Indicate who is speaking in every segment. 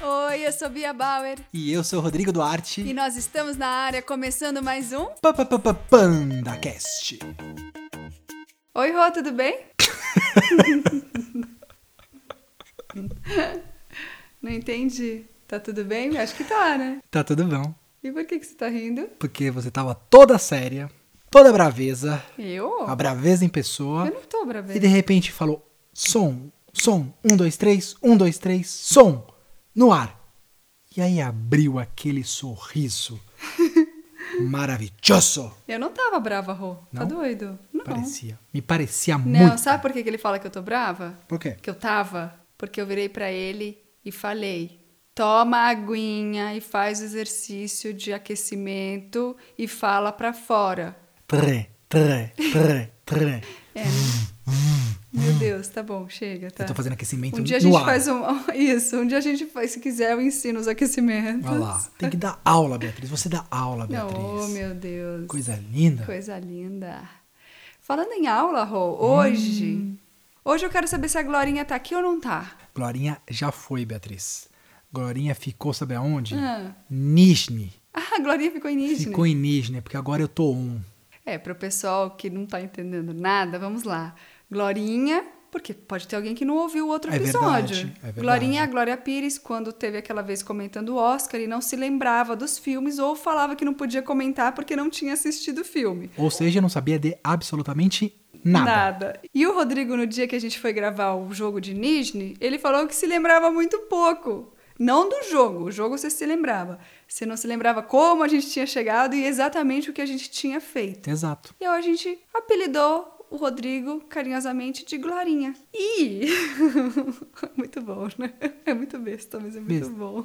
Speaker 1: Oi, eu sou Bia Bauer
Speaker 2: E eu sou o Rodrigo Duarte.
Speaker 1: e nós estamos na área começando mais um.
Speaker 2: Pa, pa, pa, pa, PandaCast.
Speaker 1: Oi, Rô, tudo bem? Não entendi. Tá tudo bem? Acho que tá, né?
Speaker 2: Tá tudo bom.
Speaker 1: E por que, que você tá rindo?
Speaker 2: Porque você tava toda séria, toda braveza,
Speaker 1: Eu?
Speaker 2: a braveza em pessoa,
Speaker 1: Eu não tô pra
Speaker 2: e
Speaker 1: ver.
Speaker 2: Ah, de repente falou: som, som, um, dois, três, um, dois, três, som, no ar. E aí abriu aquele sorriso maravilhoso.
Speaker 1: Eu não tava brava, Rô. Tá
Speaker 2: Não?
Speaker 1: doido? Não.
Speaker 2: Parecia, me parecia
Speaker 1: Não,
Speaker 2: muito.
Speaker 1: sabe por que, que ele fala que eu tô brava?
Speaker 2: Por quê?
Speaker 1: Que eu tava? Porque eu virei pra ele e falei: toma a aguinha e faz o exercício de aquecimento e fala pra fora.
Speaker 2: Tre, tre, tre, tre.
Speaker 1: É, né? Meu Deus, tá bom, chega, tá.
Speaker 2: Hum. Eu tô fazendo aquecimento
Speaker 1: um dia a
Speaker 2: no
Speaker 1: gente
Speaker 2: ar.
Speaker 1: faz um. Isso, um dia a gente faz, se quiser, eu ensino os aquecimentos.
Speaker 2: Olha lá, tem que dar aula, Beatriz. Você dá aula,
Speaker 1: Não,
Speaker 2: Beatriz.
Speaker 1: oh, meu Deus.
Speaker 2: Coisa linda.
Speaker 1: Coisa linda. Falando em aula, Rô,
Speaker 2: Hum.
Speaker 1: hoje. Hoje eu quero saber se a Glorinha tá aqui ou não tá.
Speaker 2: Glorinha já foi, Beatriz. Glorinha ficou, sabe aonde?
Speaker 1: Ah.
Speaker 2: Nizhny.
Speaker 1: Ah, a Glorinha ficou em Nizhny.
Speaker 2: Ficou em Nizhny, porque agora eu tô um.
Speaker 1: É, para o pessoal que não tá entendendo nada, vamos lá. Glorinha, porque pode ter alguém que não ouviu o outro
Speaker 2: É
Speaker 1: episódio.
Speaker 2: verdade, é verdade.
Speaker 1: Glorinha é a Glória Pires, quando teve aquela vez comentando o Oscar e não se lembrava dos filmes ou falava que não podia comentar porque não tinha assistido o filme.
Speaker 2: Ou seja, eu não sabia de absolutamente nada.
Speaker 1: E o Rodrigo, no dia que a gente foi gravar o jogo de Nizhny, ele falou que se lembrava muito pouco. Não do jogo, o jogo você se lembrava. Você não se lembrava como a gente tinha chegado e exatamente o que a gente tinha feito.
Speaker 2: Exato.
Speaker 1: E a gente apelidou o Rodrigo carinhosamente de Glorinha. E muito bom, né? É muito besta, mas é muito
Speaker 2: Besta.
Speaker 1: bom.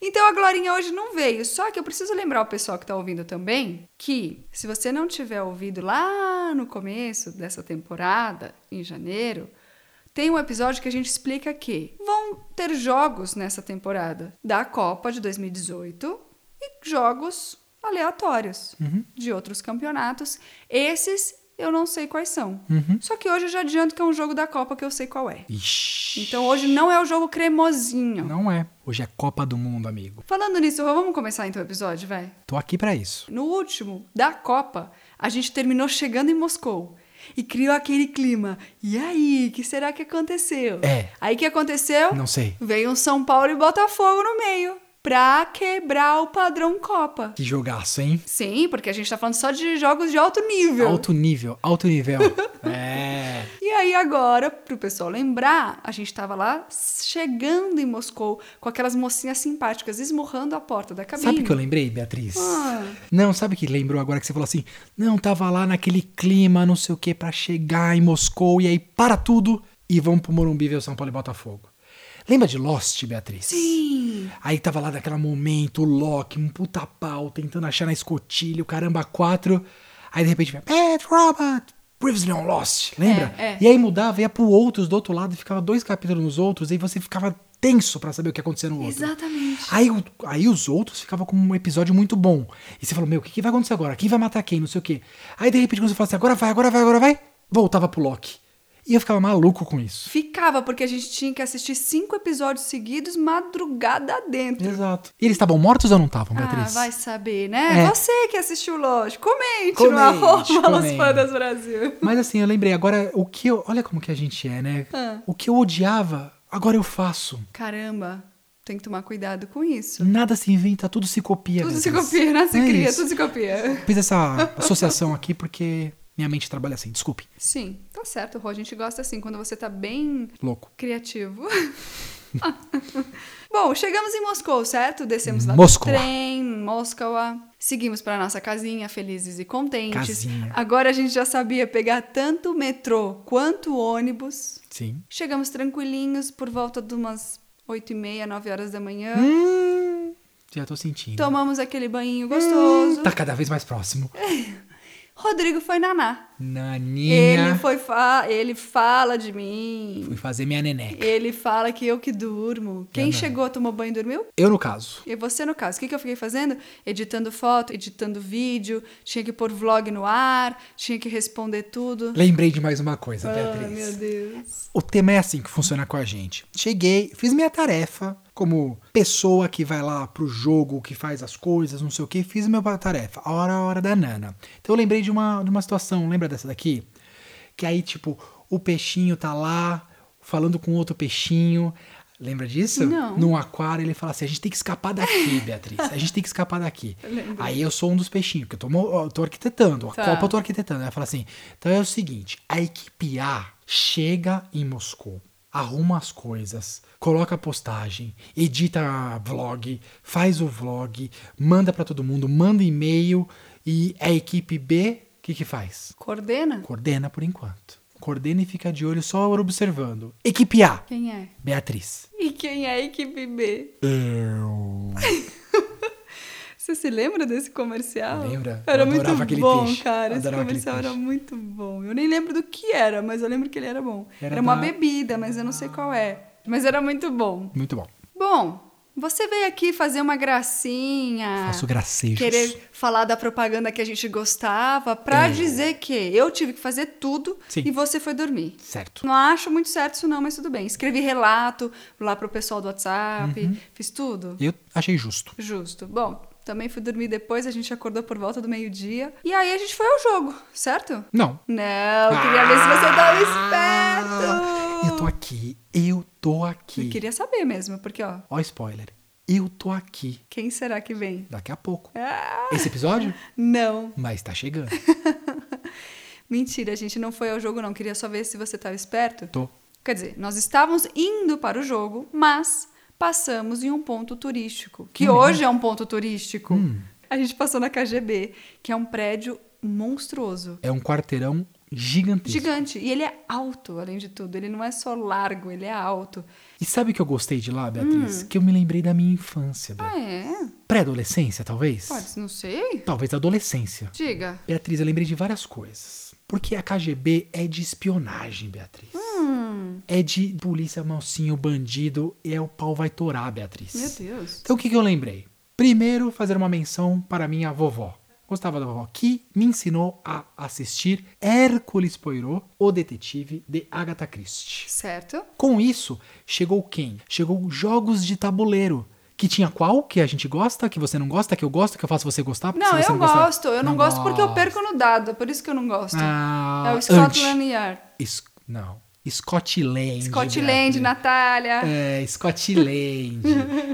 Speaker 1: Então a Glorinha hoje não veio, só que eu preciso lembrar o pessoal que tá ouvindo também que se você não tiver ouvido lá no começo dessa temporada, em janeiro, tem um episódio que a gente explica que vão ter jogos nessa temporada da Copa de 2018 e jogos aleatórios de outros campeonatos. Esses eu não sei quais são. Só que hoje eu já adianto que é um jogo da Copa que eu sei qual é.
Speaker 2: Ixi.
Speaker 1: Então hoje não é o jogo cremosinho.
Speaker 2: Não é. Hoje é Copa do Mundo, amigo.
Speaker 1: Falando nisso, Rô, vamos começar então o episódio, vai?
Speaker 2: Tô aqui pra isso.
Speaker 1: No último, da Copa, a gente terminou chegando em Moscou e criou aquele clima. E aí, que será que aconteceu?
Speaker 2: É.
Speaker 1: Aí que aconteceu?
Speaker 2: Não sei.
Speaker 1: Veio um São Paulo e Botafogo no meio pra quebrar o padrão Copa.
Speaker 2: Que jogaço, hein?
Speaker 1: Sim, porque a gente tá falando só de jogos de alto nível.
Speaker 2: Alto nível, alto nível. é.
Speaker 1: E aí agora, pro pessoal lembrar, a gente tava lá chegando em Moscou com aquelas mocinhas simpáticas esmurrando a porta da cabine.
Speaker 2: Sabe o que eu lembrei, Beatriz?
Speaker 1: Ah.
Speaker 2: Não, sabe o que lembrou agora que você falou assim? Não, tava lá naquele clima, não sei o que, pra chegar em Moscou e aí para tudo e vamos pro Morumbi ver o São Paulo e Botafogo. Lembra de Lost, Beatriz?
Speaker 1: Sim.
Speaker 2: Aí tava lá naquele momento, o Loki, um puta pau, tentando achar na escotilha, o caramba, quatro. Aí de repente vem, Pat Robert, Previously on Lost, lembra?
Speaker 1: É, é.
Speaker 2: E aí mudava, ia pro outros do outro lado, e ficava dois capítulos nos outros, aí você ficava tenso pra saber o que acontecia no outro.
Speaker 1: Exatamente.
Speaker 2: Aí, o- aí os outros ficavam com um episódio muito bom. E você falou, meu, o que, que vai acontecer agora? Quem vai matar quem? Não sei o quê. Aí de repente, quando você fala assim, agora vai, agora vai, agora vai, voltava pro Loki. E eu ficava maluco com isso.
Speaker 1: Ficava, porque a gente tinha que assistir cinco episódios seguidos, madrugada dentro.
Speaker 2: Exato. E eles estavam mortos ou não estavam,
Speaker 1: Ah,
Speaker 2: Beatriz?
Speaker 1: vai saber, né?
Speaker 2: É.
Speaker 1: Você que assistiu Lógico, comente, no
Speaker 2: Comente,
Speaker 1: arroba Los
Speaker 2: comente.
Speaker 1: Pandas Brasil.
Speaker 2: Mas assim, eu lembrei, agora o que eu. Olha como que a gente é, né?
Speaker 1: Ah.
Speaker 2: O que eu odiava, agora eu faço.
Speaker 1: Caramba, tem que tomar cuidado com isso.
Speaker 2: Nada se inventa, tudo se copia.
Speaker 1: Tudo
Speaker 2: Beatriz.
Speaker 1: se copia, né? Se
Speaker 2: É
Speaker 1: cria,
Speaker 2: isso.
Speaker 1: tudo se copia.
Speaker 2: Fiz essa associação aqui porque minha mente trabalha assim, desculpe.
Speaker 1: Sim, tá certo, Rô. A gente gosta assim, quando você tá bem
Speaker 2: Louco.
Speaker 1: criativo. Bom, chegamos em Moscou, certo? Descemos lá
Speaker 2: Moscou.
Speaker 1: do trem, Moscou. Seguimos pra nossa casinha, felizes e contentes.
Speaker 2: Casinha.
Speaker 1: Agora a gente já sabia pegar tanto o metrô quanto o ônibus.
Speaker 2: Sim.
Speaker 1: Chegamos tranquilinhos por volta de umas 8 e meia, 9 horas da manhã.
Speaker 2: Hum, já tô sentindo.
Speaker 1: Tomamos um aquele banhinho gostoso.
Speaker 2: Tá cada vez mais próximo.
Speaker 1: Rodrigo foi naná.
Speaker 2: Naninha.
Speaker 1: Ele, foi fa ele fala de mim.
Speaker 2: Fui fazer minha neneca.
Speaker 1: Ele fala que eu que durmo. Quem
Speaker 2: Verdade.
Speaker 1: chegou, tomou banho e dormiu?
Speaker 2: Eu, no caso.
Speaker 1: E você, no caso, o que, que eu fiquei fazendo? Editando foto, editando vídeo, tinha que pôr vlog no ar, tinha que responder tudo.
Speaker 2: Lembrei de mais uma coisa,
Speaker 1: Ah,
Speaker 2: Beatriz.
Speaker 1: meu Deus.
Speaker 2: O tema é assim que funciona com a gente. Cheguei, fiz minha tarefa, como pessoa que vai lá pro jogo, que faz as coisas, não sei o que, fiz a minha tarefa, a hora a hora da nana. Então eu lembrei de uma, de uma situação, lembra dessa daqui? Que aí, tipo, o peixinho tá lá falando com outro peixinho. Lembra disso?
Speaker 1: Não.
Speaker 2: Num aquário ele fala assim: a gente tem que escapar daqui, Beatriz. A gente tem que escapar daqui.
Speaker 1: Lembro.
Speaker 2: Aí eu sou um dos peixinhos, porque eu tô, mo- eu tô arquitetando. A
Speaker 1: Tá.
Speaker 2: Copa eu tô arquitetando. Ela fala assim: então é o seguinte, a equipe A chega em Moscou, arruma as coisas, coloca a postagem, edita a vlog, faz o vlog, manda pra todo mundo, manda e-mail. E a equipe B, o que que faz?
Speaker 1: Coordena?
Speaker 2: Coordena por enquanto. Coordena e fica de olho só observando. Equipe A,
Speaker 1: Quem é?
Speaker 2: Beatriz.
Speaker 1: E quem é a equipe B?
Speaker 2: Eu.
Speaker 1: Você se lembra desse comercial?
Speaker 2: Lembra?
Speaker 1: Era
Speaker 2: Eu adorava
Speaker 1: muito
Speaker 2: aquele
Speaker 1: bom,
Speaker 2: peixe.
Speaker 1: cara. Esse
Speaker 2: Adorava aquele
Speaker 1: comercial era
Speaker 2: peixe.
Speaker 1: muito bom. Eu nem lembro do que era, mas eu lembro que ele era bom.
Speaker 2: Era
Speaker 1: Era, uma
Speaker 2: da-
Speaker 1: bebida, mas eu não sei qual é. Mas era muito bom.
Speaker 2: Muito bom.
Speaker 1: Bom, você veio aqui fazer uma gracinha.
Speaker 2: Faço gracejos.
Speaker 1: Querer falar da propaganda que a gente gostava pra
Speaker 2: É.
Speaker 1: dizer que eu tive que fazer tudo
Speaker 2: Sim.
Speaker 1: e você foi dormir.
Speaker 2: Certo.
Speaker 1: Não acho muito certo isso não, mas tudo bem. Escrevi relato lá pro pessoal do WhatsApp,
Speaker 2: Uhum.
Speaker 1: fiz tudo.
Speaker 2: Eu achei justo.
Speaker 1: Justo. Bom, também fui dormir depois, a gente acordou por volta do meio-dia. E aí a gente foi ao jogo, certo?
Speaker 2: Não.
Speaker 1: Não, eu queria ver se você tava esperto.
Speaker 2: Ah, Eu tô aqui. Eu tô
Speaker 1: Eu
Speaker 2: aqui.
Speaker 1: queria saber mesmo, porque ó,
Speaker 2: Ó, spoiler. Eu tô aqui
Speaker 1: quem será que vem?
Speaker 2: daqui a pouco.
Speaker 1: Ah,
Speaker 2: Esse episódio?
Speaker 1: não.
Speaker 2: Mas tá chegando.
Speaker 1: Mentira, a gente não foi ao jogo não, queria só ver se você tava esperto.
Speaker 2: Tô.
Speaker 1: Quer dizer, nós estávamos indo para o jogo, mas passamos em um ponto turístico,
Speaker 2: Hum.
Speaker 1: que hoje é um ponto turístico. A gente passou na KGB, que é um prédio monstruoso,
Speaker 2: É um quarteirão gigantesco.
Speaker 1: gigante, e ele é alto, além de tudo. Ele não é só largo, ele é alto.
Speaker 2: E sabe o que eu gostei de lá, Beatriz? Que eu me lembrei da minha infância, Beatriz.
Speaker 1: Hum. Ah, é?
Speaker 2: Pré-adolescência, talvez?
Speaker 1: Pode, não sei.
Speaker 2: Talvez adolescência.
Speaker 1: Diga.
Speaker 2: Beatriz, eu lembrei de várias coisas. Porque a KGB é de espionagem, Beatriz.
Speaker 1: Hum.
Speaker 2: É de polícia, malcinho, bandido. É o pau vai torar, Beatriz.
Speaker 1: Meu Deus.
Speaker 2: Então o que, que eu lembrei? Primeiro, fazer uma menção para minha vovó. Gostava da vovó, que me ensinou a assistir Hércules Poirot, o detetive de Agatha Christie.
Speaker 1: Certo?
Speaker 2: Com isso, chegou quem? Chegou jogos de tabuleiro. Que tinha qual que a gente gosta, que você não gosta, que eu gosto, que eu faço você gostar. porque
Speaker 1: Não,
Speaker 2: se você
Speaker 1: eu
Speaker 2: não gostar-
Speaker 1: gosto. Eu não, gosto porque eu perco no dado, é por isso que eu não gosto.
Speaker 2: Ah,
Speaker 1: é o
Speaker 2: antes.
Speaker 1: Scotland Yard.
Speaker 2: Es- Não. Scotland.
Speaker 1: Scotland,
Speaker 2: Beatriz.
Speaker 1: Natália.
Speaker 2: É, Scotland.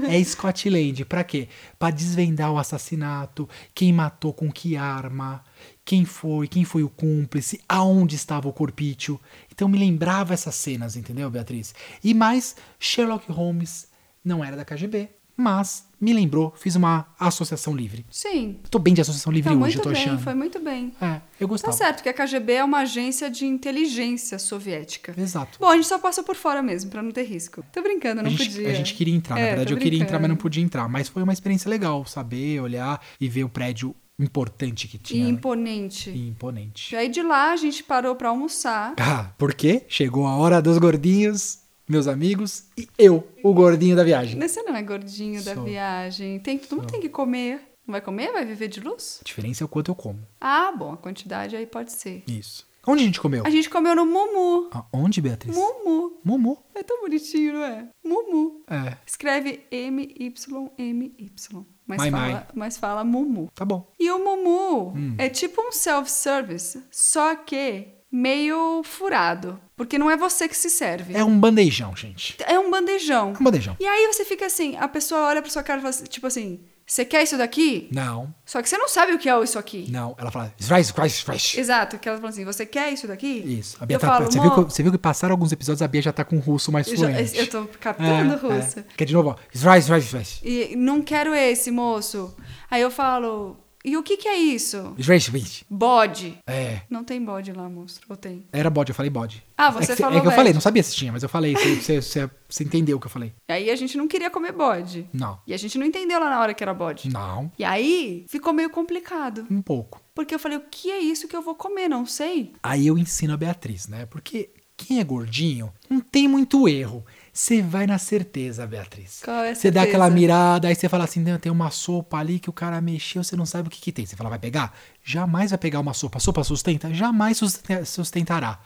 Speaker 2: é Scotland. Pra quê? Pra desvendar o assassinato, quem matou com que arma, quem foi, quem foi o cúmplice, aonde estava o corpício. Então me lembrava essas cenas, entendeu, Beatriz? E mais, Sherlock Holmes não era da KGB, mas me lembrou, fiz uma associação livre.
Speaker 1: Sim.
Speaker 2: Tô bem de associação livre
Speaker 1: Foi
Speaker 2: hoje, eu
Speaker 1: Tá muito
Speaker 2: tô
Speaker 1: bem,
Speaker 2: achando.
Speaker 1: foi muito bem.
Speaker 2: É,
Speaker 1: Tá
Speaker 2: eu gostava.
Speaker 1: certo que a KGB é uma agência de inteligência soviética.
Speaker 2: Exato.
Speaker 1: Bom, a gente só passa por fora mesmo, pra não ter risco. Tô brincando, eu não
Speaker 2: a gente,
Speaker 1: podia.
Speaker 2: a gente queria entrar, na
Speaker 1: É,
Speaker 2: verdade
Speaker 1: tô
Speaker 2: eu queria entrar, mas não
Speaker 1: brincando.
Speaker 2: podia entrar. Mas foi uma experiência legal saber, olhar e ver o prédio importante que
Speaker 1: E
Speaker 2: tinha. né?
Speaker 1: imponente.
Speaker 2: E imponente.
Speaker 1: E aí de lá a gente parou pra almoçar.
Speaker 2: Ah, porque chegou a hora dos gordinhos, meus amigos, e eu, o gordinho da viagem.
Speaker 1: Você não é gordinho da
Speaker 2: Sou.
Speaker 1: viagem. Tem, todo mundo tem que comer. Não vai comer? Vai viver de luz?
Speaker 2: A diferença é o quanto eu como.
Speaker 1: Ah, bom, a quantidade aí pode ser.
Speaker 2: Isso. Onde a gente comeu?
Speaker 1: A gente comeu no Mumu.
Speaker 2: Aonde, Beatriz?
Speaker 1: Mumu.
Speaker 2: Mumu.
Speaker 1: É tão bonitinho, não é? Mumu.
Speaker 2: É,
Speaker 1: Escreve M-Y-M-Y. Mas,
Speaker 2: Mai,
Speaker 1: fala-
Speaker 2: mai. Hum.
Speaker 1: mas fala Mumu.
Speaker 2: tá bom.
Speaker 1: E o Mumu é tipo um self-service, só que meio furado. Porque não é você que se serve.
Speaker 2: É um bandejão, gente.
Speaker 1: É um bandejão.
Speaker 2: É um bandejão.
Speaker 1: E aí você fica assim, a pessoa olha pra sua cara e fala assim, tipo assim, você quer isso daqui?
Speaker 2: Não,
Speaker 1: Só que você não sabe o que é isso aqui.
Speaker 2: não. Ela fala, rice, rice, rice.
Speaker 1: Exato, que ela fala assim, você quer isso daqui?
Speaker 2: Isso. A
Speaker 1: Eu
Speaker 2: Bia tá,
Speaker 1: falo,
Speaker 2: você, viu que,
Speaker 1: "Mô,
Speaker 2: você viu que passaram alguns episódios, a Bia já tá com o russo mais
Speaker 1: eu, já-
Speaker 2: fluente.
Speaker 1: eu tô captando Tá russo.
Speaker 2: Que é de novo, ó. Rice, rice, rice.
Speaker 1: E não quero esse, moço. Aí eu falo, e o que que é isso?
Speaker 2: Rice, rice.
Speaker 1: Bode.
Speaker 2: É.
Speaker 1: Não tem bode lá, moço. Ou tem?
Speaker 2: Era bode, eu falei bode.
Speaker 1: Ah, você
Speaker 2: é que, cê-
Speaker 1: falou
Speaker 2: É que eu
Speaker 1: bode.
Speaker 2: falei, não sabia se tinha, mas eu falei. Você, você- você- você entendeu o que eu falei.
Speaker 1: E aí a gente não queria comer bode.
Speaker 2: Não.
Speaker 1: E a gente não entendeu lá na hora que era bode.
Speaker 2: Não.
Speaker 1: E aí ficou meio complicado.
Speaker 2: Um pouco.
Speaker 1: Porque eu falei, o que é isso que eu vou comer? Não sei.
Speaker 2: Aí eu ensino a Beatriz, né? Porque quem é gordinho não tem muito erro. Você vai na certeza, Beatriz.
Speaker 1: Qual é a
Speaker 2: Você dá
Speaker 1: certeza?
Speaker 2: aquela mirada, aí você fala assim: "Não, tem uma sopa ali que o cara mexeu, você não sabe o que, que tem. Você fala, vai pegar? Jamais vai pegar uma sopa. Sopa sustenta? Jamais susten- sustentará.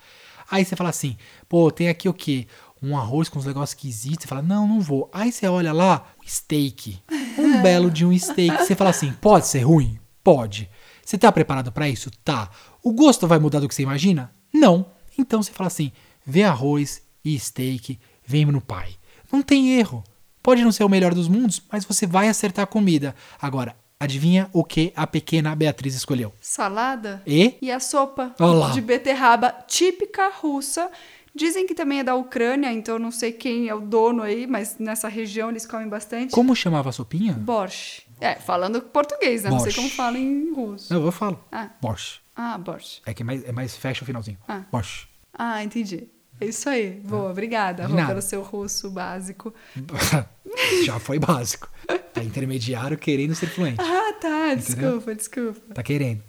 Speaker 2: Aí você fala assim: pô, tem aqui o quê? um arroz com uns negócios esquisitos, você fala, não, não vou. Aí você olha lá, steak. Um belo de um steak. Você fala assim, pode ser ruim? Pode. Você tá preparado pra isso? Tá. O gosto vai mudar do que você imagina? Não. Então você fala assim, vê arroz e steak, vem no pai. Não tem erro. Pode não ser o melhor dos mundos, mas você vai acertar a comida. Agora, adivinha o que a pequena Beatriz escolheu?
Speaker 1: Salada
Speaker 2: E?
Speaker 1: e a sopa
Speaker 2: Olha lá.
Speaker 1: de beterraba típica russa. Dizem que também é da Ucrânia, então eu não sei quem é o dono aí, mas nessa região eles comem bastante.
Speaker 2: Como chamava a sopinha?
Speaker 1: Borsch. É, falando português, né? Não sei
Speaker 2: Borsch.
Speaker 1: como fala em russo.
Speaker 2: Não, eu falo.
Speaker 1: Ah.
Speaker 2: Borsch.
Speaker 1: Ah, Borsch.
Speaker 2: É que é mais, é mais fecha o finalzinho.
Speaker 1: Ah.
Speaker 2: Borsch.
Speaker 1: Ah, entendi. É isso aí. Boa, obrigada,
Speaker 2: Tá. De
Speaker 1: Rô,
Speaker 2: nada.
Speaker 1: pelo seu russo básico.
Speaker 2: Já foi básico. Tá intermediário querendo ser fluente.
Speaker 1: Ah, tá.
Speaker 2: Entendeu?
Speaker 1: Desculpa, desculpa.
Speaker 2: Tá querendo.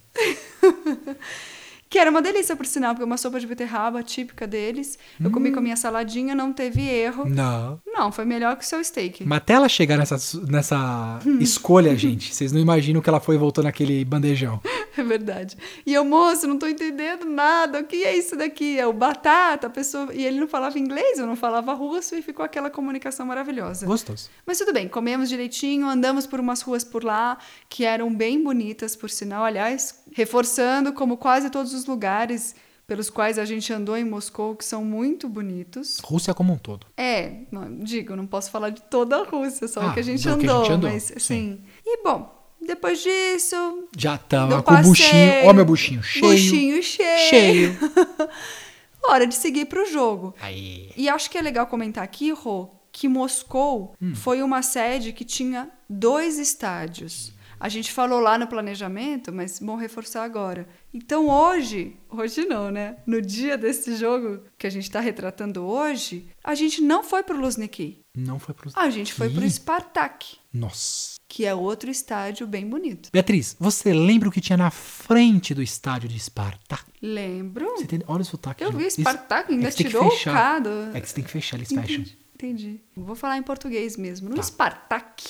Speaker 1: Que era uma delícia, por sinal, porque é uma sopa de beterraba típica deles. Eu
Speaker 2: Hum.
Speaker 1: comi com a minha saladinha, não teve erro.
Speaker 2: Não.
Speaker 1: Não, foi melhor que o seu steak.
Speaker 2: Mas até ela chegar nessa, nessa escolha, gente, vocês não imaginam que ela foi e voltou naquele bandejão.
Speaker 1: É verdade. E eu, moço, não tô entendendo nada. O que é isso daqui? É o batata, a pessoa. E ele não falava inglês, eu não falava russo, e ficou aquela comunicação maravilhosa.
Speaker 2: Gostoso.
Speaker 1: Mas tudo bem, comemos direitinho, andamos por umas ruas por lá que eram bem bonitas, por sinal, aliás, reforçando como quase todos os lugares pelos quais a gente andou em Moscou, que são muito bonitos.
Speaker 2: Rússia como um todo.
Speaker 1: É, não, digo, não posso falar de toda a Rússia, só
Speaker 2: Ah,
Speaker 1: o que a gente
Speaker 2: do que a
Speaker 1: andou,
Speaker 2: gente andou,
Speaker 1: mas
Speaker 2: sim.
Speaker 1: sim. E bom, depois disso,
Speaker 2: Já tava
Speaker 1: do
Speaker 2: Ah, com o buchinho.
Speaker 1: passeio,
Speaker 2: Ó, meu buchinho. Cheio.
Speaker 1: Buchinho cheio.
Speaker 2: Cheio.
Speaker 1: Hora de seguir pro jogo.
Speaker 2: Aí.
Speaker 1: E acho que é legal comentar aqui, Rô, que Moscou
Speaker 2: Hum.
Speaker 1: foi uma sede que tinha dois estádios. A gente falou lá no planejamento, mas bom reforçar agora. Então hoje, hoje não, né? No dia desse jogo que a gente está retratando hoje, a gente não foi pro Luzhniki.
Speaker 2: Não foi pro.
Speaker 1: A gente foi pro
Speaker 2: Ih,
Speaker 1: Spartak,
Speaker 2: Nossa.
Speaker 1: que é outro estádio bem bonito.
Speaker 2: Beatriz, você lembra o que tinha na frente do estádio de Esparta?
Speaker 1: Lembro?
Speaker 2: Você entende? Olha o sotaque.
Speaker 1: Eu
Speaker 2: de-
Speaker 1: vi o
Speaker 2: Isso-
Speaker 1: Spartak, ainda
Speaker 2: é que você tem que
Speaker 1: tirou o
Speaker 2: fechar.
Speaker 1: cado.
Speaker 2: É que você tem que fechar, eles fecham.
Speaker 1: Entendi, entendi. Vou falar em português mesmo. No
Speaker 2: Tá.
Speaker 1: Spartak,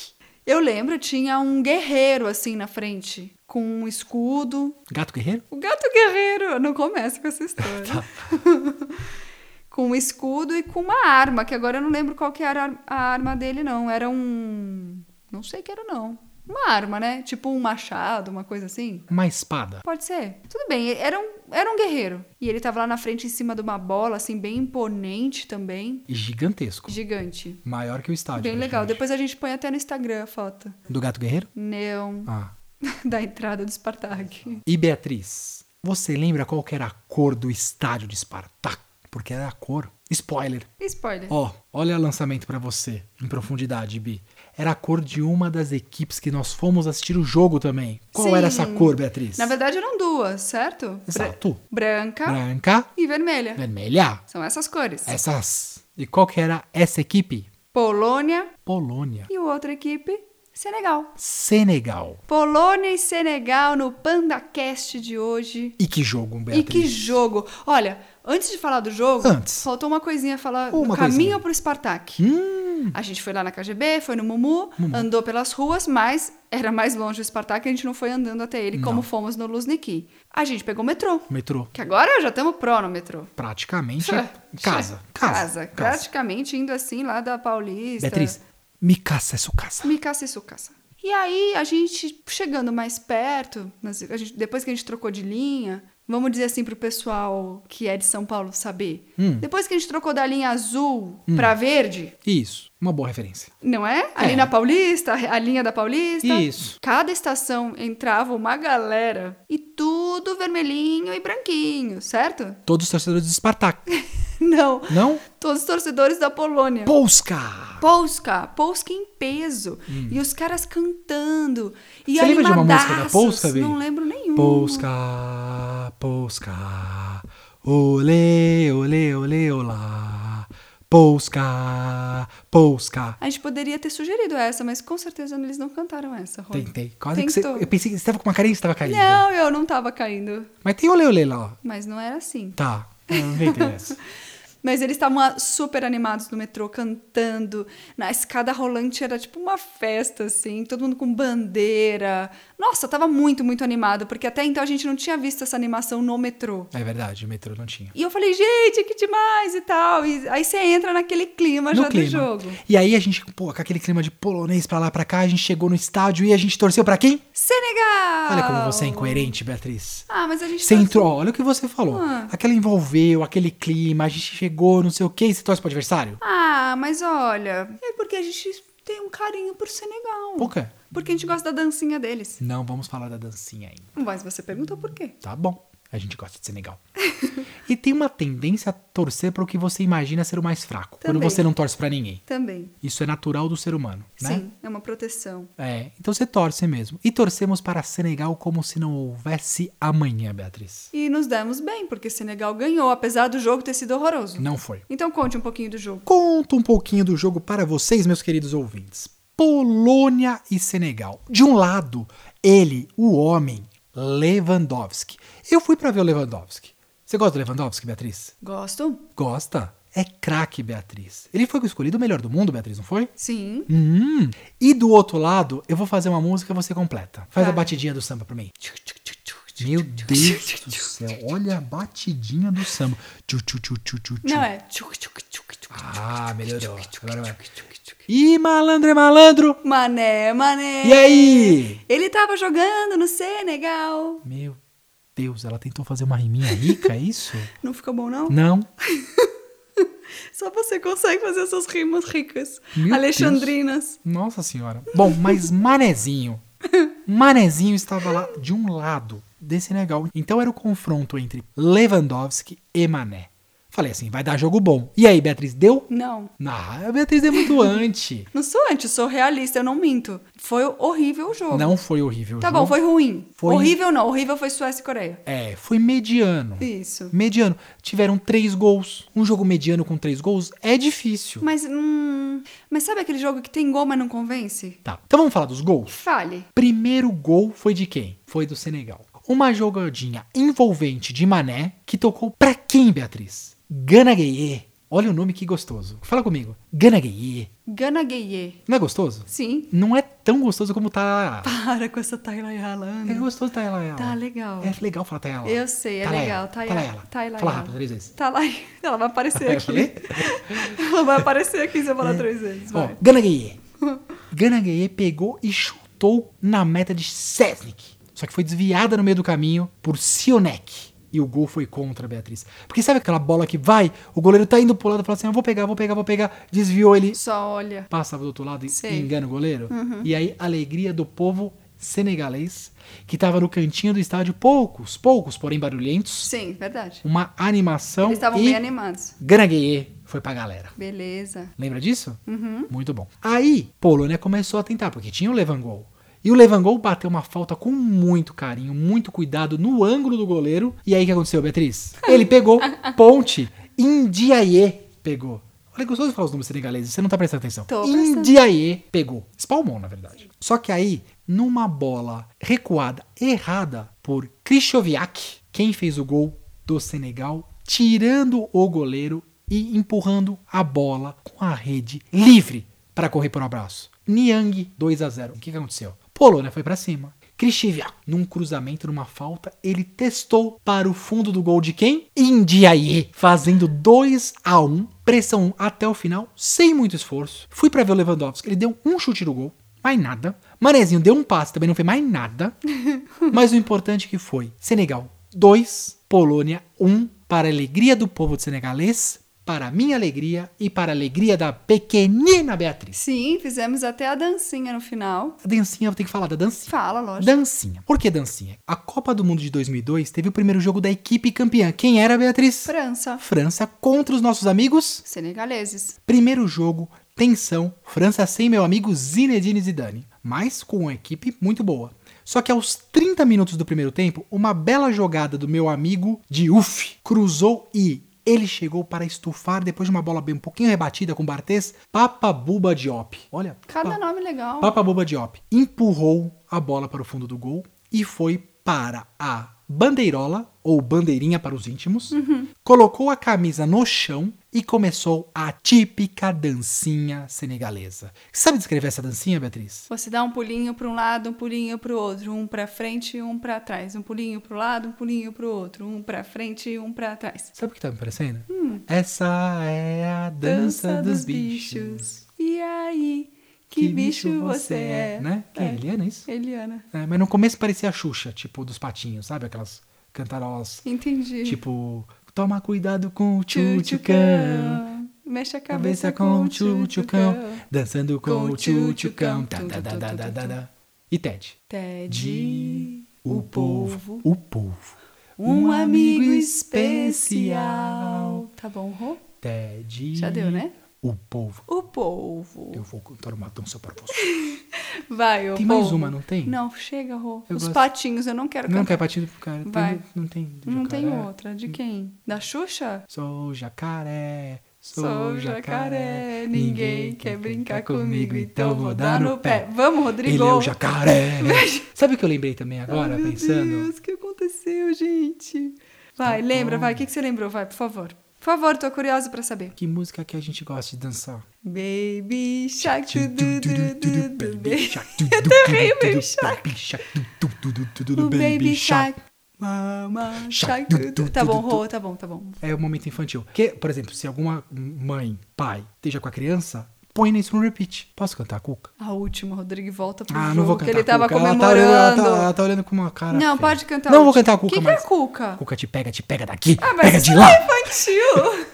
Speaker 1: eu lembro, tinha um guerreiro assim na frente, com um escudo.
Speaker 2: Gato Guerreiro?
Speaker 1: O gato guerreiro! Não começa com essa história. com um escudo e com uma arma, que agora eu não lembro qual que era a ar- a arma dele, não. Era um. Não sei que era, não. Uma arma, né? Tipo um machado, uma coisa assim.
Speaker 2: Uma espada.
Speaker 1: Pode ser. Tudo bem, era um, era um guerreiro. E ele tava lá na frente em cima de uma bola, assim, bem imponente também.
Speaker 2: Gigantesco.
Speaker 1: Gigante.
Speaker 2: Maior que o estádio.
Speaker 1: Bem legal.
Speaker 2: praticamente.
Speaker 1: Depois a gente põe até no Instagram a foto.
Speaker 2: Do Gato Guerreiro?
Speaker 1: Neon
Speaker 2: Ah.
Speaker 1: da entrada do Spartak.
Speaker 2: E Beatriz, você lembra qual que era a cor do estádio de Esparta? Porque era a cor. Spoiler.
Speaker 1: Spoiler.
Speaker 2: Ó, olha o lançamento pra você, em profundidade, Bi. Era a cor de uma das equipes que nós fomos assistir o jogo também. Qual
Speaker 1: Sim.
Speaker 2: era essa cor, Beatriz?
Speaker 1: Na verdade eram duas, certo? Bra-
Speaker 2: Exato.
Speaker 1: branca
Speaker 2: Branca, É.
Speaker 1: e vermelha.
Speaker 2: vermelha.
Speaker 1: São essas cores.
Speaker 2: Essas. E qual que era essa equipe?
Speaker 1: Polônia
Speaker 2: Polônia.
Speaker 1: e outra equipe, Senegal.
Speaker 2: Senegal.
Speaker 1: Polônia e Senegal no PandaCast de hoje.
Speaker 2: E que jogo,
Speaker 1: E
Speaker 2: Beatriz?
Speaker 1: que jogo! Olha, antes de falar do jogo,
Speaker 2: Antes.
Speaker 1: faltou uma coisinha a falar
Speaker 2: Uma
Speaker 1: no caminho
Speaker 2: coisinha.
Speaker 1: pro Spartak.
Speaker 2: Hum,
Speaker 1: A gente foi lá na KGB, foi no Mumu, andou pelas ruas, mas era mais longe o Spartak, a gente não foi andando até ele como fomos no Luzhniki. A gente pegou o metrô,
Speaker 2: metrô.
Speaker 1: que agora já estamos pró no metrô.
Speaker 2: Praticamente casa. Casa.
Speaker 1: Casa, praticamente indo assim lá da Paulista.
Speaker 2: Beatriz, me caça é isso, caça.
Speaker 1: Me caça isso, caça. E aí, a gente chegando mais perto, nas- a gente- depois que a gente trocou de linha, vamos dizer assim pro pessoal que é de São Paulo saber.
Speaker 2: Hum.
Speaker 1: Depois que a gente trocou da linha azul pra verde,
Speaker 2: Isso, uma boa referência.
Speaker 1: Não é? Ali
Speaker 2: É.
Speaker 1: na Paulista, a linha da Paulista.
Speaker 2: Isso.
Speaker 1: Cada estação entrava uma galera e tudo vermelhinho e branquinho, certo?
Speaker 2: Todos os torcedores do Spartak,
Speaker 1: Não.
Speaker 2: não?
Speaker 1: Todos os torcedores da Polônia.
Speaker 2: Polska!
Speaker 1: Polska, Polska em peso. E os caras cantando. E
Speaker 2: Hum. Você lembra de uma música da
Speaker 1: animadaços.
Speaker 2: Polska, Vi?
Speaker 1: Não lembro nenhuma.
Speaker 2: Polska, Polska, olê, olê, olê, olá. Polska, Polska.
Speaker 1: A gente poderia ter sugerido essa, mas com certeza eles não cantaram essa, Rony.
Speaker 2: Tentei, quase que você...
Speaker 1: Tentou.
Speaker 2: Eu né? pensei que você tava com uma carinha que você tava caindo.
Speaker 1: Não, eu não tava caindo.
Speaker 2: Mas tem olê, olê lá.
Speaker 1: Mas não era assim.
Speaker 2: Tá, não me interessa.
Speaker 1: Mas eles estavam ah, super animados no metrô, cantando. Na escada rolante era tipo uma festa, assim, todo mundo com bandeira. Nossa, tava muito, muito animado, porque até então a gente não tinha visto essa animação no metrô.
Speaker 2: É verdade, o metrô não tinha.
Speaker 1: E eu falei, gente, que demais e tal. E aí você entra naquele clima
Speaker 2: No
Speaker 1: já
Speaker 2: clima.
Speaker 1: é do jogo.
Speaker 2: E aí a gente, pô, com aquele clima de polonês pra lá pra cá, a gente chegou no estádio e a gente torceu pra quem?
Speaker 1: Senegal!
Speaker 2: Olha como você é incoerente, Beatriz.
Speaker 1: Ah, mas a gente
Speaker 2: Você
Speaker 1: tá-
Speaker 2: entrou, ó, olha o que você falou.
Speaker 1: Ah.
Speaker 2: Aquela envolveu, aquele clima, a gente chegou, não sei o quê, e você torce pro adversário?
Speaker 1: Ah, mas olha, é porque a gente tem um carinho por Senegal.
Speaker 2: Pouca.
Speaker 1: Porque a gente gosta da dancinha deles.
Speaker 2: Não vamos falar da dancinha ainda.
Speaker 1: Mas você perguntou por quê?
Speaker 2: Tá bom. A gente gosta de Senegal. e tem uma tendência a torcer para o que você imagina ser o mais fraco. Quando
Speaker 1: Também.
Speaker 2: você não torce pra ninguém.
Speaker 1: Também.
Speaker 2: Isso é natural do ser humano, né?
Speaker 1: Sim, é uma proteção.
Speaker 2: É, então você torce mesmo. E torcemos para Senegal como se não houvesse amanhã, Beatriz.
Speaker 1: E nos demos bem, porque Senegal ganhou, apesar do jogo ter sido horroroso.
Speaker 2: Não foi.
Speaker 1: Então conte um pouquinho do jogo.
Speaker 2: Conto um pouquinho do jogo para vocês, meus queridos ouvintes. Polônia e Senegal. De um lado, ele, o homem, Lewandowski. Eu fui para ver o Lewandowski. Você gosta do Lewandowski, Beatriz?
Speaker 1: Gosto?
Speaker 2: Gosta? É craque, Beatriz. Ele foi escolhido o melhor do mundo, Beatriz, não foi?
Speaker 1: Sim.
Speaker 2: Hum. E do outro lado, eu vou fazer uma música você completa. Faz
Speaker 1: Tá.
Speaker 2: a batidinha do samba pra mim. Meu Deus do céu, olha a batidinha do samba. Tchu, tchu, tchu, tchu, tchu, tchu.
Speaker 1: Não é.
Speaker 2: Ah, melhorou. Agora vai. Ih, malandro é malandro!
Speaker 1: Mané, mané.
Speaker 2: E aí?
Speaker 1: Ele tava jogando no Senegal.
Speaker 2: Meu Deus, ela tentou fazer uma riminha rica, é isso?
Speaker 1: Não ficou bom, não?
Speaker 2: Não.
Speaker 1: Só você consegue fazer essas rimas ricas.
Speaker 2: Meu
Speaker 1: Alexandrinas.
Speaker 2: Nossa senhora. Bom, mas Manezinho. Manezinho estava lá de um lado de Senegal. Então era o confronto entre Lewandowski e Mané. Falei assim, vai dar jogo bom. E aí, Beatriz, deu?
Speaker 1: Não.
Speaker 2: Ah, a Beatriz é muito anti.
Speaker 1: Não sou anti, sou realista, eu não minto. Foi horrível o jogo.
Speaker 2: Não foi horrível.
Speaker 1: Tá
Speaker 2: João.
Speaker 1: bom, foi ruim.
Speaker 2: Foi-
Speaker 1: Horrível não, horrível foi Suécia e Coreia.
Speaker 2: É, foi mediano.
Speaker 1: Isso.
Speaker 2: Mediano. Tiveram três gols. Um jogo mediano com três gols é difícil.
Speaker 1: Mas, hum... Mas sabe aquele jogo que tem gol, mas não convence?
Speaker 2: Tá. Então vamos falar dos gols?
Speaker 1: Fale.
Speaker 2: Primeiro gol foi de quem? Foi do Senegal. Uma jogadinha envolvente de Mané que tocou pra quem, Beatriz? Gana Gueye. Olha o nome que gostoso. Fala comigo. Gana Gueye.
Speaker 1: Gana Gueye.
Speaker 2: Não é gostoso?
Speaker 1: Sim.
Speaker 2: Não é tão gostoso como tá.
Speaker 1: Para com essa Tayla
Speaker 2: É
Speaker 1: Yalanda.
Speaker 2: gostoso tá ela.
Speaker 1: Tá legal.
Speaker 2: É legal falar tá ela.
Speaker 1: Eu sei, é
Speaker 2: Tá lá
Speaker 1: legal.
Speaker 2: ela,
Speaker 1: Tá
Speaker 2: tá lá
Speaker 1: ela.
Speaker 2: ela.
Speaker 1: Tá ela.
Speaker 2: Fala rápido, três vezes.
Speaker 1: Tá lá. Ela vai aparecer
Speaker 2: Eu
Speaker 1: aqui.
Speaker 2: falei?
Speaker 1: Ela vai aparecer aqui se eu falar três vezes.
Speaker 2: É. Ó,
Speaker 1: Vai.
Speaker 2: Gana Gueye. Gana Gueye pegou e chutou na meta de Sesnik. Só que foi desviada no meio do caminho por Sionek. E o gol foi contra a Beatriz. Porque sabe aquela bola que vai, o goleiro tá indo pro lado e fala assim: eu vou pegar, vou pegar, vou pegar. Desviou ele,
Speaker 1: Só olha.
Speaker 2: passava do outro lado e
Speaker 1: Sei. Uhum.
Speaker 2: engana o goleiro. E aí, a alegria do povo senegalês, que tava no cantinho do estádio, poucos, poucos, porém barulhentos.
Speaker 1: Sim, verdade.
Speaker 2: Uma animação.
Speaker 1: Eles estavam
Speaker 2: Então, e
Speaker 1: bem animados.
Speaker 2: Gana Gueye foi pra galera.
Speaker 1: Beleza.
Speaker 2: Lembra disso?
Speaker 1: Uhum.
Speaker 2: Muito bom. Aí, Polônia começou a tentar, porque tinha o Levangol. E o Levangol bateu uma falta com muito carinho, muito cuidado no ângulo do goleiro. E aí o que aconteceu, Beatriz? Ele pegou ponte. Indiaye pegou. Olha, gostoso de falar os nomes senegaleses, você não tá prestando atenção.
Speaker 1: Tô prestando.
Speaker 2: Indiaye pegou. Espalmou, na verdade. Só que aí, numa bola recuada, errada por Krychowiak, quem fez o gol do Senegal, tirando o goleiro e empurrando a bola com a rede livre para correr por um abraço. Niang 2 a 0. O que, que aconteceu? Polônia foi para cima. Krychowiak, num cruzamento, numa falta, ele testou para o fundo do gol de quem? Indiaye, fazendo 2 a 1, pressão um até o final, sem muito esforço. Fui para ver o Lewandowski, ele deu um chute no gol, mais nada. Manezinho deu um passe, também não foi mais nada. Mas o importante que foi Senegal 2, Polônia 1, para a alegria do povo de senegalês, para a minha alegria e para a alegria da pequenina Beatriz.
Speaker 1: Sim, fizemos até a dancinha no final.
Speaker 2: A dancinha, eu tenho que falar da dancinha.
Speaker 1: Fala, lógico.
Speaker 2: Dancinha. Por que dancinha? A Copa do Mundo de 2002 teve o primeiro jogo da equipe campeã. Quem era, Beatriz?
Speaker 1: França.
Speaker 2: França contra os nossos amigos.
Speaker 1: Senegaleses.
Speaker 2: Primeiro jogo, tensão, França sem meu amigo Zinedine Zidane, mas com uma equipe muito boa. Só que aos 30 minutos do primeiro tempo, uma bela jogada do meu amigo Diouf cruzou e ele chegou para estufar depois de uma bola bem um pouquinho rebatida com o Barthez, Papa Buba Diop. Olha,
Speaker 1: Cada
Speaker 2: pa-
Speaker 1: nome legal.
Speaker 2: Papa Boba Diop empurrou a bola para o fundo do gol e foi para a bandeirola, ou bandeirinha para os íntimos, colocou a camisa no chão e começou a típica dancinha senegalesa. Você sabe descrever essa dancinha, Beatriz?
Speaker 1: Você dá um pulinho para um lado, um pulinho para o outro, um para frente e um para trás, um pulinho para o lado, um pulinho para o outro, um para frente e um para trás.
Speaker 2: Sabe o que tá me parecendo? Essa é a dança, dos, bichos.
Speaker 1: E aí, que, bicho, você é?
Speaker 2: Né? Que é
Speaker 1: É.
Speaker 2: Eliana, isso?
Speaker 1: Eliana.
Speaker 2: É, mas no começo parecia a Xuxa, tipo, dos patinhos, sabe? Aquelas cantarolas,
Speaker 1: Entendi.
Speaker 2: tipo... Toma cuidado com o tchutchucão,
Speaker 1: Tchutchucão. Mexe a
Speaker 2: cabeça
Speaker 1: cabeça,
Speaker 2: com o
Speaker 1: tchutchucão.
Speaker 2: tchutchucão, dançando com,
Speaker 1: Com
Speaker 2: o
Speaker 1: o
Speaker 2: tchutchucão.
Speaker 1: tchutchucão.
Speaker 2: tá, tá, tá, tá, tá, tá, tá. E Ted?
Speaker 1: Ted,
Speaker 2: O povo. O povo.
Speaker 1: um amigo especial. Tá bom, Rô?
Speaker 2: Ted.
Speaker 1: Já deu, né?
Speaker 2: O povo.
Speaker 1: O povo.
Speaker 2: Eu vou contar uma dança para você.
Speaker 1: Vai, o
Speaker 2: Tem
Speaker 1: povo.
Speaker 2: mais uma, não tem?
Speaker 1: Não, chega, Rô.
Speaker 2: Eu
Speaker 1: Os
Speaker 2: gosto.
Speaker 1: patinhos, eu não quero
Speaker 2: Não
Speaker 1: cantar.
Speaker 2: quer partido pro cara. Tem- um-
Speaker 1: Vai.
Speaker 2: não tem. do
Speaker 1: Não
Speaker 2: jacaré.
Speaker 1: tem outra. De quem? Da Xuxa?
Speaker 2: Sou jacaré. Sou,
Speaker 1: Sou
Speaker 2: jacaré.
Speaker 1: jacaré, ninguém quer brincar comigo, então vou dar no pé.
Speaker 2: pé.
Speaker 1: Vamos, Rodrigo.
Speaker 2: Ele é o jacaré. Sabe o que eu lembrei também agora,
Speaker 1: Ai, meu
Speaker 2: pensando? Tá
Speaker 1: Deus, o que aconteceu, gente? Vai, lembra, vai. O que, que você lembrou? Vai, por favor. Por favor, tô curiosa pra saber.
Speaker 2: Que música que a gente gosta de dançar?
Speaker 1: Baby Shark.
Speaker 2: Eu
Speaker 1: du, du, du, du, du, du, baby.
Speaker 2: também,
Speaker 1: Baby Shark. O Baby Shark. Mama
Speaker 2: Shark,
Speaker 1: Shark.
Speaker 2: du,
Speaker 1: du,
Speaker 2: du,
Speaker 1: du. Tá
Speaker 2: du,
Speaker 1: bom,
Speaker 2: du,
Speaker 1: Rô, tá bom, tá bom.
Speaker 2: É o momento infantil. Porque, por exemplo, se alguma mãe, pai, esteja com a criança, põe isso no repeat. Posso cantar, Cuca?
Speaker 1: A última, Rodrigo, volta pro
Speaker 2: Ah,
Speaker 1: jogo.
Speaker 2: não vou
Speaker 1: que
Speaker 2: cantar.
Speaker 1: ele tava
Speaker 2: Cuca. Ela tá olhando- Ela tá,
Speaker 1: comemorando.
Speaker 2: ela tá olhando com uma cara.
Speaker 1: Não,
Speaker 2: feia.
Speaker 1: pode cantar.
Speaker 2: Não
Speaker 1: a
Speaker 2: vou
Speaker 1: última.
Speaker 2: cantar a Cuca,
Speaker 1: que
Speaker 2: mas.
Speaker 1: que é Cuca?
Speaker 2: Cuca te pega, te pega daqui,
Speaker 1: Ah, mas
Speaker 2: pega
Speaker 1: isso
Speaker 2: de
Speaker 1: não
Speaker 2: lá.
Speaker 1: é infantil.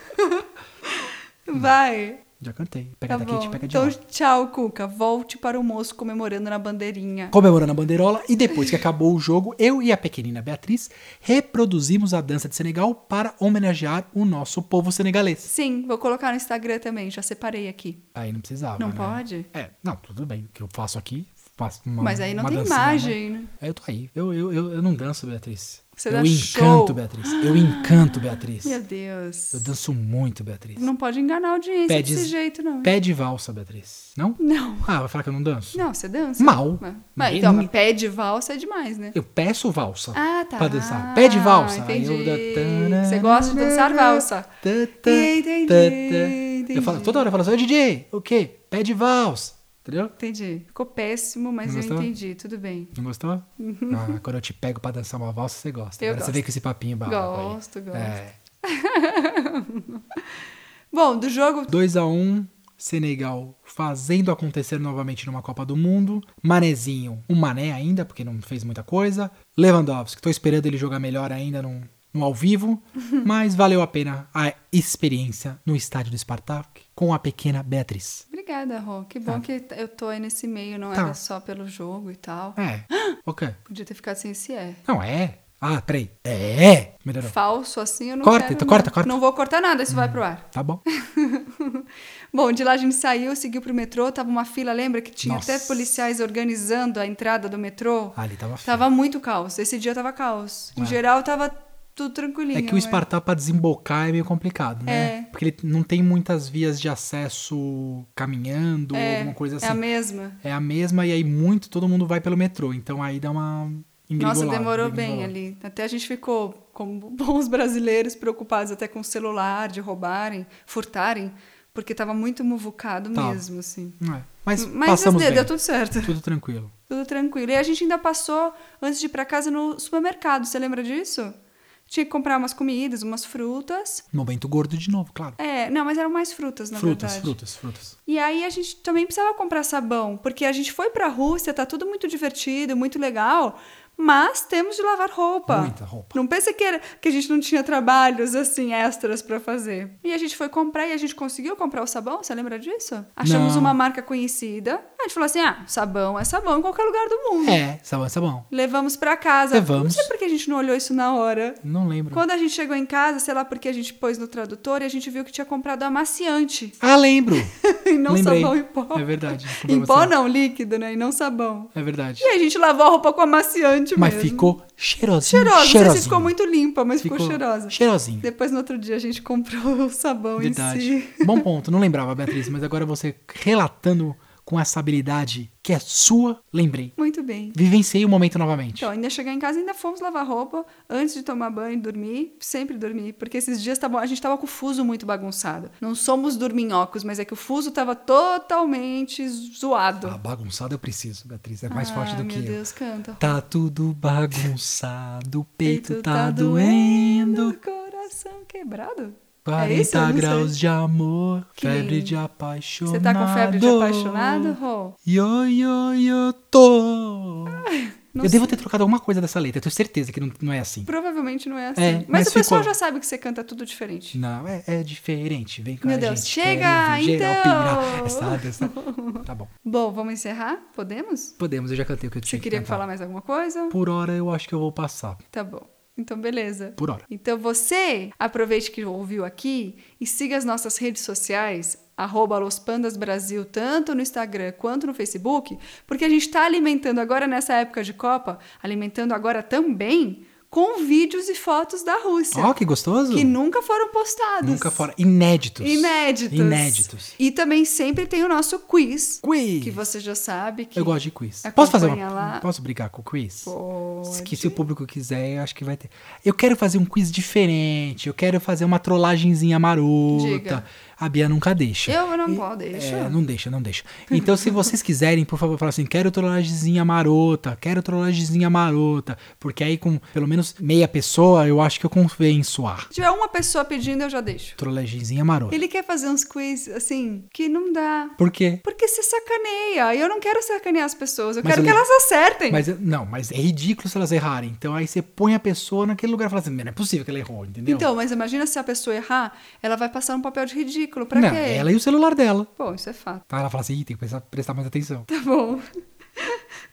Speaker 1: Vai.
Speaker 2: Já cantei. Pega
Speaker 1: Tá
Speaker 2: daqui, te
Speaker 1: bom.
Speaker 2: pega de
Speaker 1: Então,
Speaker 2: lá.
Speaker 1: tchau, Cuca. Volte para o moço comemorando na bandeirinha.
Speaker 2: Comemorando a bandeirola e depois que acabou o jogo, eu e a pequenina Beatriz reproduzimos a dança de Senegal para homenagear o nosso povo senegalês.
Speaker 1: Sim, vou colocar no Instagram também, já separei aqui.
Speaker 2: Aí não precisava.
Speaker 1: Não
Speaker 2: né?
Speaker 1: pode?
Speaker 2: É, não, tudo bem. O que eu faço aqui, faço uma.
Speaker 1: Mas aí não
Speaker 2: uma
Speaker 1: tem
Speaker 2: dancinha,
Speaker 1: imagem,
Speaker 2: mas-
Speaker 1: né?
Speaker 2: É, eu tô aí. Eu, eu, eu, eu não danço, Beatriz.
Speaker 1: Você
Speaker 2: eu
Speaker 1: dá
Speaker 2: encanto,
Speaker 1: show.
Speaker 2: Beatriz. Eu encanto, Beatriz.
Speaker 1: Meu
Speaker 2: Eu
Speaker 1: Deus.
Speaker 2: danço muito, Beatriz.
Speaker 1: Não pode enganar a audiência
Speaker 2: Pé de-
Speaker 1: desse jeito, não.
Speaker 2: Pé de valsa, Beatriz. Não?
Speaker 1: Não.
Speaker 2: Ah, vai falar que eu não danço?
Speaker 1: Não, você dança?
Speaker 2: Mal.
Speaker 1: Mas, mas
Speaker 2: Mas-
Speaker 1: então, mas pé de valsa é demais, né?
Speaker 2: Eu peço valsa
Speaker 1: Ah, tá.
Speaker 2: pra dançar. Pé de valsa. Aí eu
Speaker 1: Entendi.
Speaker 2: da-
Speaker 1: Você gosta de dançar valsa.
Speaker 2: Tã, tã,
Speaker 1: Entendi,
Speaker 2: tã, tã. Eu
Speaker 1: entendi.
Speaker 2: falo, toda hora eu falo assim, ô DJ, o quê? Pé de valsa. Entendeu?
Speaker 1: Entendi. Ficou péssimo, mas
Speaker 2: Não
Speaker 1: eu
Speaker 2: gostou?
Speaker 1: entendi. Tudo bem.
Speaker 2: Não gostou? Ah, quando eu te pego pra dançar uma valsa, você gosta.
Speaker 1: Uhum. Eu
Speaker 2: Agora você
Speaker 1: gosto.
Speaker 2: vem com esse papinho barato aí.
Speaker 1: Gosto, gosto.
Speaker 2: É.
Speaker 1: Bom, do jogo.
Speaker 2: 2x1, Senegal fazendo acontecer novamente numa Copa do Mundo. Manezinho, um mané ainda, porque não fez muita coisa. Lewandowski, tô esperando ele jogar melhor ainda num, num ao vivo. Mas valeu a pena a experiência no estádio do Spartak com a pequena Beatriz.
Speaker 1: Obrigada, Rô. Que bom que t- eu tô aí nesse meio, não
Speaker 2: Tá.
Speaker 1: era só pelo jogo e tal.
Speaker 2: É, ok.
Speaker 1: Podia ter ficado sem esse é.
Speaker 2: Não, é. Ah, peraí. É, melhorou.
Speaker 1: Falso assim, eu não
Speaker 2: Corta,
Speaker 1: quero.
Speaker 2: então,
Speaker 1: não.
Speaker 2: corta, corta.
Speaker 1: Não vou cortar nada, isso vai pro ar.
Speaker 2: Tá bom.
Speaker 1: Bom, de lá a gente saiu, seguiu pro metrô, tava uma fila, lembra que tinha até
Speaker 2: Nossa.
Speaker 1: policiais organizando a entrada do metrô?
Speaker 2: Ali tava feio.
Speaker 1: Tava muito caos. Esse dia tava caos. Em
Speaker 2: É.
Speaker 1: geral, tava tudo tranquilinho. né?
Speaker 2: É que o
Speaker 1: mas-
Speaker 2: Espartar pra desembocar é meio complicado, né?
Speaker 1: É.
Speaker 2: Porque ele não tem muitas vias de acesso caminhando,
Speaker 1: é,
Speaker 2: alguma coisa assim.
Speaker 1: É a mesma.
Speaker 2: É a mesma e aí muito todo mundo vai pelo metrô. Então aí dá uma
Speaker 1: Nossa,
Speaker 2: engringolada,
Speaker 1: demorou
Speaker 2: engringolada.
Speaker 1: bem ali. Até a gente ficou, como bons brasileiros, preocupados até com o celular, de roubarem, furtarem, porque tava muito muvucado
Speaker 2: Tá.
Speaker 1: mesmo, assim.
Speaker 2: É. Mas,
Speaker 1: Mas
Speaker 2: passamos
Speaker 1: deu,
Speaker 2: bem.
Speaker 1: deu
Speaker 2: tudo...
Speaker 1: tudo certo.
Speaker 2: tranquilo.
Speaker 1: Tudo tranquilo. E a gente ainda passou, antes de ir pra casa, no supermercado. Você lembra disso? Tinha que comprar umas comidas, umas frutas.
Speaker 2: Momento gordo de novo, claro.
Speaker 1: É, não, mas eram mais frutas, na
Speaker 2: frutas,
Speaker 1: verdade.
Speaker 2: frutas, frutas.
Speaker 1: E aí a gente também precisava comprar sabão, porque a gente foi pra Rússia, tá tudo muito divertido, muito legal, mas temos de lavar roupa.
Speaker 2: Muita roupa.
Speaker 1: Não pensa que, era- que a gente não tinha trabalhos assim extras pra fazer. E a gente foi comprar e a gente conseguiu comprar o sabão, você lembra disso? Achamos
Speaker 2: Não.
Speaker 1: uma marca conhecida. A gente falou assim: "Ah, sabão é sabão em qualquer lugar do mundo".
Speaker 2: É, sabão, é sabão.
Speaker 1: Levamos pra casa.
Speaker 2: Levamos.
Speaker 1: Não sei por que a gente não olhou isso na hora.
Speaker 2: Não lembro.
Speaker 1: Quando a gente chegou em casa, sei lá porque a gente pôs no tradutor e a gente viu que tinha comprado amaciante.
Speaker 2: Ah, lembro!
Speaker 1: E não
Speaker 2: Lembrei.
Speaker 1: sabão em pó.
Speaker 2: É verdade. desculpa
Speaker 1: Em
Speaker 2: você.
Speaker 1: pó não, líquido, né? E não sabão.
Speaker 2: É verdade.
Speaker 1: E a gente lavou a roupa com amaciante
Speaker 2: Mas
Speaker 1: mesmo.
Speaker 2: ficou cheirosinho.
Speaker 1: cheirosa. Não sei
Speaker 2: cheirosinho.
Speaker 1: se ficou muito limpa, mas ficou, cheirosa.
Speaker 2: Cheirosinho.
Speaker 1: Depois, no outro dia, a gente comprou o sabão
Speaker 2: Verdade.
Speaker 1: em si.
Speaker 2: Bom ponto, não lembrava, Beatriz, mas agora você relatando com essa habilidade que é sua, lembrei.
Speaker 1: Muito bem.
Speaker 2: Vivenciei o momento novamente.
Speaker 1: Então, ainda chegar em casa, ainda fomos lavar roupa antes de tomar banho e dormir. Sempre dormir, porque esses dias tava, a gente tava com o fuso muito bagunçado. Não somos dorminhocos, mas é que o fuso tava totalmente zoado.
Speaker 2: Ah, bagunçado eu preciso, Beatriz. É mais forte
Speaker 1: Ah,
Speaker 2: do que
Speaker 1: meu
Speaker 2: eu.
Speaker 1: Deus, canta.
Speaker 2: Tá tudo bagunçado, o peito tá doendo.
Speaker 1: Coração quebrado? É isso? Eu É
Speaker 2: 40
Speaker 1: não sei.
Speaker 2: graus de amor,
Speaker 1: Que
Speaker 2: febre
Speaker 1: lindo.
Speaker 2: de apaixonado.
Speaker 1: Você tá com febre de apaixonado, Rô?
Speaker 2: Yo, yo, yo, tô.
Speaker 1: Não
Speaker 2: eu
Speaker 1: sei.
Speaker 2: devo ter trocado alguma coisa dessa letra, eu tenho certeza que não, não é assim.
Speaker 1: Provavelmente não é assim.
Speaker 2: É,
Speaker 1: mas,
Speaker 2: mas
Speaker 1: o pessoal
Speaker 2: ficou.
Speaker 1: já sabe que você canta tudo diferente.
Speaker 2: Não, é, é diferente. Vem com
Speaker 1: Meu
Speaker 2: a
Speaker 1: Deus,
Speaker 2: gente.
Speaker 1: chega,
Speaker 2: quero ver geral
Speaker 1: então.
Speaker 2: pirar. Essa, essa. Tá bom.
Speaker 1: Bom, vamos encerrar? Podemos?
Speaker 2: Podemos, eu já cantei o que eu
Speaker 1: Você
Speaker 2: tinha
Speaker 1: queria
Speaker 2: que cantar.
Speaker 1: falar mais alguma coisa?
Speaker 2: Por hora eu acho que eu vou passar.
Speaker 1: Tá bom. Então, beleza.
Speaker 2: Por hora.
Speaker 1: Então você aproveite que ouviu aqui e siga as nossas redes sociais, arroba Los Pandas Brasil, tanto no Instagram quanto no Facebook, porque a gente está alimentando agora nessa época de Copa, alimentando agora também com vídeos e fotos da Rússia.
Speaker 2: Ó, que gostoso.
Speaker 1: é Que nunca foram postados.
Speaker 2: Nunca fora. Inéditos.
Speaker 1: Inéditos.
Speaker 2: Inéditos.
Speaker 1: E também sempre tem o nosso quiz,
Speaker 2: Quiz.
Speaker 1: que você já sabe que
Speaker 2: Eu gosto de quiz. Posso fazer uma.
Speaker 1: acompanha lá.
Speaker 2: Posso brigar com o quiz? Se- Que
Speaker 1: Pode.
Speaker 2: se o público quiser, eu acho que vai ter. Eu quero fazer um quiz diferente. Eu quero fazer uma trollagenzinha marota.
Speaker 1: Diga.
Speaker 2: A Bia nunca deixa.
Speaker 1: Eu não
Speaker 2: E-
Speaker 1: posso, deixa.
Speaker 2: É, não deixa, não deixa. Então, se vocês quiserem, por favor, fala assim: quero trollagenzinha marota, quero trollagenzinha marota. Porque aí, com pelo menos meia pessoa, eu acho que eu convenço a
Speaker 1: Se tiver uma pessoa pedindo, eu já deixo.
Speaker 2: trollagenzinha marota.
Speaker 1: Ele quer fazer uns quiz, assim, que não dá.
Speaker 2: Por quê?
Speaker 1: Porque você sacaneia. E eu não quero sacanear as pessoas. Eu
Speaker 2: Mas
Speaker 1: quero
Speaker 2: eu
Speaker 1: que
Speaker 2: não-
Speaker 1: elas acertem.
Speaker 2: Mas eu- não, mas é ridículo se elas errarem. Então aí você põe a pessoa naquele lugar e fala assim: não é possível que ela errou, entendeu?
Speaker 1: Então, mas imagina se a pessoa errar, ela vai passar um papel de ridículo. Pra
Speaker 2: não,
Speaker 1: quê?
Speaker 2: ela e o celular dela.
Speaker 1: Bom, isso é fato.
Speaker 2: Aí ela fala assim: Ih, tem que prestar, prestar mais atenção.
Speaker 1: Tá bom.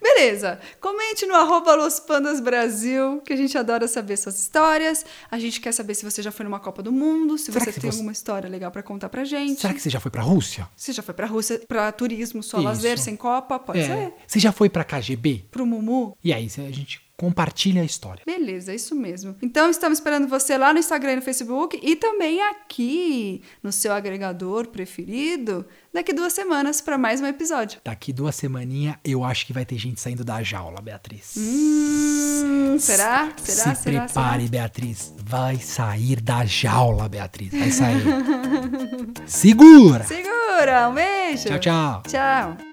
Speaker 1: Beleza. Comente no arroba Los Pandas Brasil, que a gente adora saber suas histórias. A gente quer saber se você já foi numa Copa do Mundo, se
Speaker 2: Será
Speaker 1: você
Speaker 2: que
Speaker 1: tem
Speaker 2: você-
Speaker 1: alguma história legal pra contar pra gente.
Speaker 2: Será que você já foi pra Rússia?
Speaker 1: Você já foi pra Rússia pra turismo, só
Speaker 2: Isso.
Speaker 1: lazer, sem Copa? Pode
Speaker 2: é.
Speaker 1: ser?
Speaker 2: Você já foi pra KGB?
Speaker 1: Pro Mumu?
Speaker 2: E aí cê- a gente compartilha a história.
Speaker 1: Beleza, isso mesmo. Então estamos esperando você lá no Instagram e no Facebook e também aqui no seu agregador preferido daqui duas semanas para mais um episódio.
Speaker 2: Daqui duas semaninhas eu acho que vai ter gente saindo da jaula, Beatriz.
Speaker 1: Hum, será? Será?
Speaker 2: Se
Speaker 1: será?
Speaker 2: prepare, Beatriz. Vai sair da jaula, Beatriz. Vai sair. Segura!
Speaker 1: será? Segura, um beijo.
Speaker 2: Tchau, tchau.
Speaker 1: Tchau.